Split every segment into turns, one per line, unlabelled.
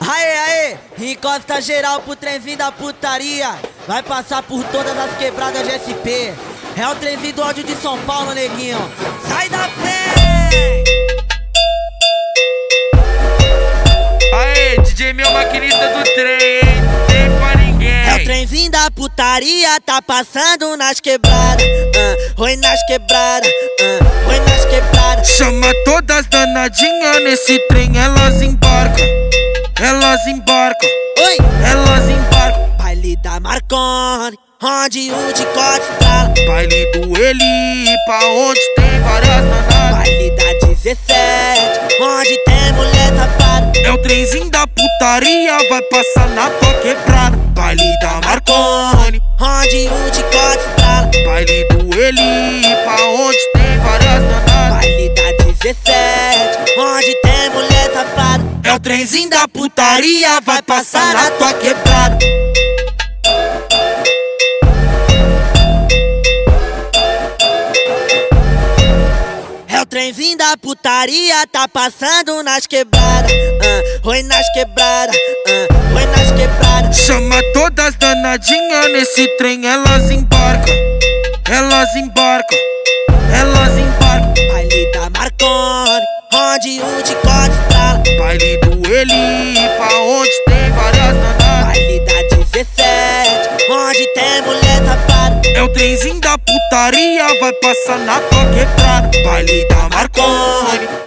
Aê, aê, encosta geral pro trenzinho da putaria. Vai passar por todas as quebradas de SP. É o trenzinho do áudio de São Paulo, neguinho. Sai da frente!
Aê, DJ meu maquinista do trem, hein? Tem pra
É o
ninguém.
trenzinho da putaria, tá passando nas quebradas. ah, Oi nas quebradas, ah, oi nas quebradas.
Chama todas danadinhas nesse trem, elas embarcam. Elas embarcam,
Oi!
elas embarcam.
Baile da Marconi, onde o de corte estrala.
Baile do Eli, pra onde tem várias danadas.
Baile da 17, onde tem mulher safada.
É o trenzinho da putaria, vai passar na tua quebrada. Baile da Marconi,
Onde o de corte estrala.
baile do Eli, pra onde tem várias danadas.
Baile da 17, onde tem mulher safada.
É o trenzinho da putaria, vai passar na tua quebrada.
É o trenzinho da putaria, tá passando nas quebradas. ah, oi nas quebradas, ah, oi nas quebradas.
Chama todas danadinhas nesse trem, elas embarcam. Elas embarcam, elas embarcam.
Baile da Marconi, onde o de corte estrala.
Baile do Eli, pra onde tem várias danadas.
Baile da 17, onde tem mulher safada.
É o trenzinho da putaria, vai passar na tua quebrada. Baile da Marconi,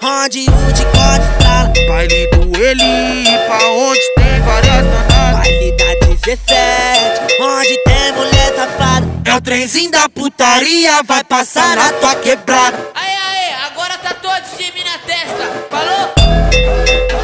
Marconi, onde o de corte estrala.
baile do Eli, pra onde tem várias danadas.
Baile da 17, onde tem mulher safada.
É o trenzinho da putaria, vai passar na tua quebrada.
Aê, aê, agora tá todos de mim na testa, falou?